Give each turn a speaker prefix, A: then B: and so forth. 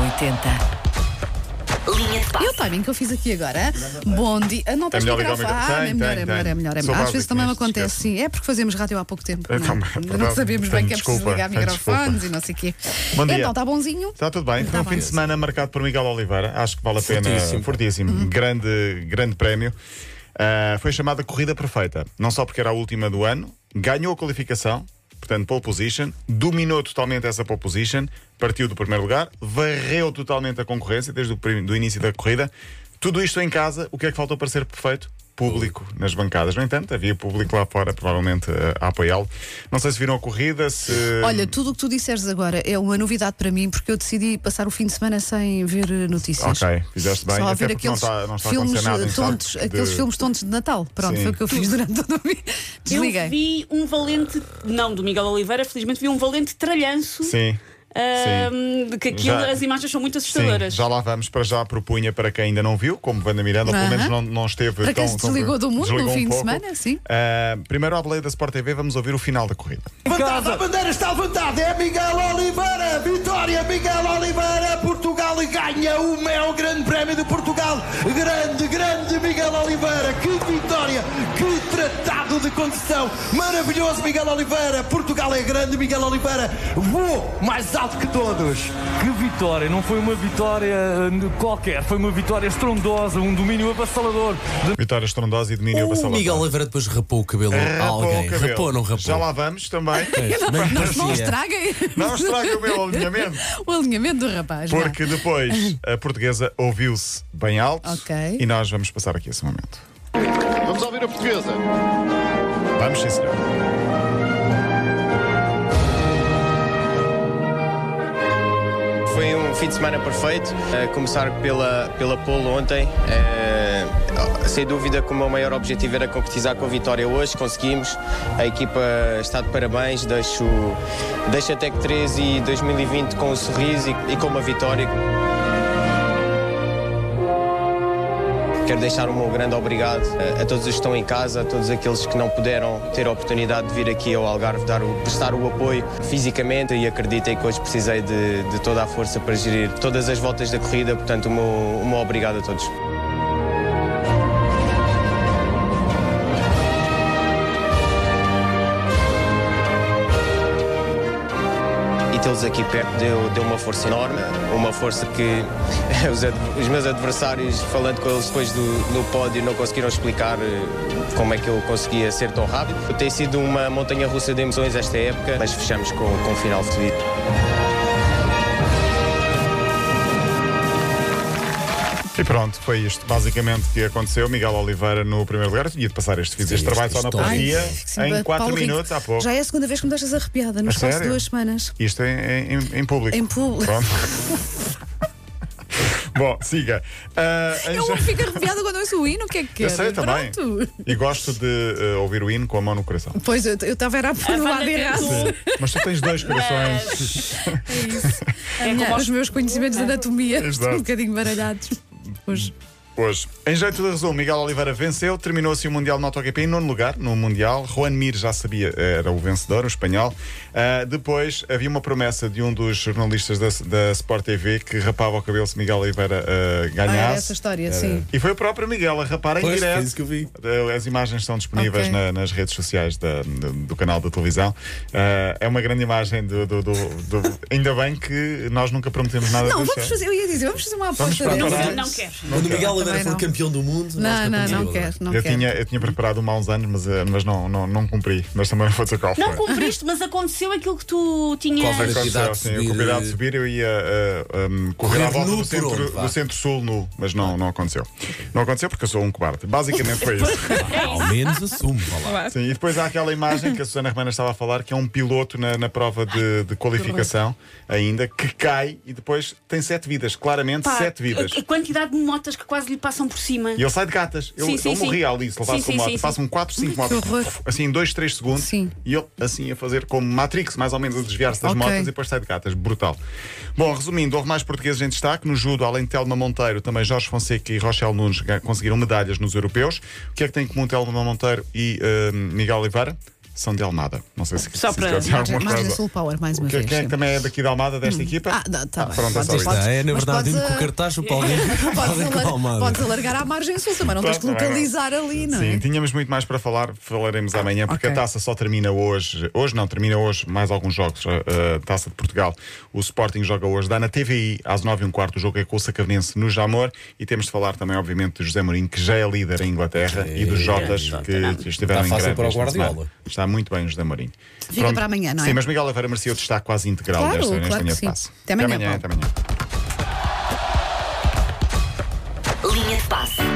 A: 80.
B: Linha de
A: E
B: passe.
A: o timing que eu fiz aqui agora? hã? Bom dia. Ah, Não tens
C: É melhor
A: microfone.
C: ligar o micro-
A: Ah,
C: Tem,
A: é melhor,
C: tem,
A: é melhor,
C: tem.
A: é melhor. é
C: Sou
A: melhor. Às
C: básico
A: vezes também me
C: nisto,
A: acontece, sim. É porque fazemos rádio há pouco tempo.
C: Eu
A: não é?
C: também,
A: não
C: verdade.
A: sabemos bem
C: Tenho
A: que é preciso
C: Então, desculpa,
A: ligar
C: tenho
A: microfones
C: desculpa.
A: e não sei o quê.
C: Bom dia.
A: Então, está bonzinho? Então tá
C: Está tudo bem. Foi um
A: bem.
C: fim de semana marcado por Miguel Oliveira. Acho que vale a pena.
D: Fortíssimo.
C: Fortíssimo.
A: Uhum.
C: Grande, grande prémio. Ah, foi chamada Corrida Perfeita. Não só porque era a última do ano, ganhou a qualificação, portanto, pole position, dominou totalmente essa pole position, partiu do primeiro lugar, varreu totalmente a concorrência desde o prim- do início da corrida. Tudo isto em casa, o que é que faltou para ser perfeito? Público nas bancadas. No entanto, havia público lá fora, provavelmente, ah, a apoiá-lo. Não sei se viram a corrida, se.
A: Olha, tudo o que tu disseres agora é uma novidade para mim, porque eu decidi passar o fim de semana sem ver eh, notícias.
C: Ok, fizeste bem,
A: Só a
C: até
A: ver
C: porque não
A: aqueles
C: está- não está a
A: filmes
C: acontecer nada em
A: eh, tontos,
C: saco de-
A: aqueles filmes tontos de Natal. Pronto,
C: Sim.
A: foi o que eu fiz durante todo o domingo. Desliguei.
E: Eu vi um valente, não do Miguel Oliveira, felizmente vi um valente tralhanço.
C: Sim.
E: ahm, de que aquilo,
C: Já-
E: as imagens são muito assustadoras.
C: Sim, já lá vamos para já propunha para quem ainda não viu, como Wanda Miranda, ou pelo
A: Aham.
C: menos não, não esteve
A: Para quem
C: tão,
A: se
C: tão-
A: desligou do mundo
C: desligou
A: no
C: um
A: fim de
C: pouco.
A: semana, sim.
C: Ah, primeiro à boleia da Sport TV, vamos ouvir o final da corrida.
F: Levantada, a bandeira está levantada, é Miguel Oliveira, vitória Miguel Oliveira, Portugal ganha o meu grande prémio de Portugal, grande, grande Miguel Oliveira, que vitória, que tratado de condição, maravilhoso Miguel Oliveira, Portugal é grande Miguel Oliveira, voou mais alto que todos.
D: Que vitória! Não foi uma vitória eh, qualquer, foi uma vitória estrondosa, um domínio avassalador.
C: Vitória estrondosa e domínio
D: O
C: Bassalada.
D: Miguel Oliveira depois rapou o cabelo a
C: Rapou o
D: alguém.
C: cabelo.
D: Rapou ou não rapou?
C: Já lá vamos também.
D: Pois, bem que
A: Mas não
D: parecia.
A: estraguem
C: Não estraga o meu alinhamento.
A: o alinhamento do rapaz. vá.
C: Porque depois a portuguesa ouviu-se bem alto
A: Ok.
C: e nós vamos passar aqui esse momento.
G: Vamos ouvir a portuguesa.
C: Vamos, sim, senhor.
H: Foi um fim de semana perfeito, a começar pela, pela Polo ontem. Eh, sem dúvida que o meu maior objetivo era concretizar com a vitória hoje, conseguimos. A equipa está de parabéns, deixo, deixo a Tec 13 e 2020 com um sorriso e, e com uma vitória. Quero deixar um meu grande obrigado eh, a todos os que estão em casa, a todos aqueles que não puderam ter a oportunidade de vir aqui ao Algarve dar o- prestar o apoio fisicamente e acreditem que hoje precisei de, de toda a força para gerir todas as voltas da corrida, portanto, um meu- um meu obrigado a todos. e tê-los aqui perto deu, deu uma força enorme, uma força que os, ad- os meus adversários, falando com eles depois do, no pódio, não conseguiram explicar eh, como é que eu conseguia ser tão rápido. Tem sido uma montanha russa de emoções esta época, mas fechamos com, com um final feliz.
C: E pronto, foi isto basicamente que aconteceu. Miguel Oliveira no primeiro lugar. Eu tinha de passar este, fiz
D: Sim,
C: este trabalho
D: esta
C: só na
A: Ai,
D: história.
C: portaria
A: fico sem-
C: em
A: Paulo
C: 4
A: Rico,
C: minutos há pouco.
A: Já é a segunda vez que me deixas arrepiada nos
C: A
A: espaço de
C: sério?
A: duas semanas.
C: Isto é em, em, em público.
A: Em público.
C: Pronto. Bom, siga. Ah, em
A: Eu
C: ja-
A: fico arrepiada quando ouço o hino, o que é que
C: Eu
A: quer?
C: sei também.
A: Pronto.
C: E gosto de eh, ouvir o hino com a mão no coração.
A: Pois, eu eu estava era a pôr
E: A
A: do
E: Wanda
A: lado errado.
E: tentou-
C: Mas tu tens dois corações.
A: É isso.
E: É
A: Minha-
E: como É.
A: os meus conhecimentos de anatomia estão
C: Exato.
A: um bocadinho baralhados. Hoje.
C: Hoje. Em jeito de resumo, Miguel Oliveira venceu, terminou assim o Mundial no AutoGP em nono lugar, no Mundial. Juan Mir já sabia, era o vencedor, o espanhol. Ah, depois havia uma promessa de um dos jornalistas da, da Sport TV que rapava o cabelo se Miguel Oliveira ah,
A: Ah,
C: ganhasse.
A: era essa história, sim.
C: E foi o próprio Miguel a rapar em
D: Pois,
C: direto.
D: foi isso que eu vi.
C: Eh, As imagens estão disponíveis
A: Ok.
C: na- nas redes sociais da- do, do canal da televisão. Eh, é uma grande imagem do, do- do- do- Ainda bem que nós nunca prometemos nada
A: Não,
C: deste
A: vamos fazer, eu ia dizer, vamos fazer uma aposta
C: preparar.
E: Não,
A: dessas.
E: não quero.
D: Quando o Miguel Oliveira
A: Também
D: for
A: não.
D: campeão do mundo,
A: Não, não, não quero, não
C: Eu
A: quero.
C: tinha, eu tinha preparado uma há uns anos, mas, eh, mas não, não, não cumpri. Mas também não vou dizer qual
E: Não
C: foi.
E: cumpriste, mas aconteceu aquilo que tu tinhas.
D: Qual foi?
C: Aconteceu,
D: Convidado
C: sim,
D: subir,
C: o convidado de
D: eh,
C: subir, eu ia eh, um, correr
D: correr
C: à volta
D: nu
C: do
D: por onde,
C: centro-
D: vá.
C: do centro-sul nu, mas não, não aconteceu. Não aconteceu porque eu sou um cobarde. Basicamente foi isso.
E: É
D: Ao menos assumo, vá lá.
C: Sim, e depois há aquela imagem que a Susana Romana estava a falar, que é um piloto na, na prova de, de qualificação, ainda, que cai e depois tem sete vidas, claramente
E: Pá,
C: sete vidas.
E: A, a quantidade de motas que quase lhe passam por cima.
C: E ele sai de gatas. Eu,
E: Sim, sim,
C: eu
E: sim.
C: morri ali, se levasse
E: Sim,
C: com
E: sim,
C: moto.
E: sim, sim.
C: Passam 4, 5 um motos.
A: horror.
C: Assim, 2, 3 segundos.
A: Sim.
C: E ele, assim, a fazer como Matrix, mais ou menos, a desviar-se das
A: Ok.
C: motas e depois sai de gatas. Brutal. Bom, resumindo, houve mais portugueses em destaque. No judo, além de Telma Monteiro, também Jorge Fonseca e Rochelle Nunes ga- conseguiram medalhas nos europeus. O que é que tem em comum Telma Monteiro e eh, Miguel Oliveira? são de Almada. Não sei se
E: Só
C: se
E: para-
C: quer dizer alguma
A: Margem- Margem
C: coisa.
A: Sul Power, mais uma
C: Quem,
A: vez.
C: quem é que
A: sim.
C: também é daqui de Almada desta equipa?
A: Ah, não, tá bem.
C: pronto, é
A: Mas
C: só
A: podes-
C: isso.
I: Está, é, na
A: mas
I: verdade,
A: podes,
I: indo com
A: ah,
I: o cartaz para alguém. para
A: Podes,
I: alguém com a
A: alar-
I: Almada.
A: podes alargar à margem sul também, não tens que
C: Pronto, também.
A: localizar ali, não
C: Sim,
A: é? Ah,
C: tínhamos muito mais para falar, falaremos amanhã, porque
A: ok.
C: a taça só termina hoje. Hoje não, termina hoje mais alguns jogos. A, a taça de Portugal, o Sporting joga hoje, dá na TVI às 9 h quarto O jogo é com o Sacavenense no Jamor. E temos de falar também, obviamente, de José Mourinho, que já é líder em Inglaterra, e dos Jotas que estiveram
I: Está
C: em
I: fácil
C: greve
I: para o
C: esta
I: Guardiola.
C: semana. Está muito bem, José Mourinho.
A: Fica para amanhã, não é?
C: Sim, mas Miguel Oliveira merecia o destaque quase integral
A: Claro,
C: desta,
A: claro
C: nesta
A: que
C: linha
A: sim.
C: de passe.
A: Até amanhã,
C: até amanhã.
B: Linha de passe.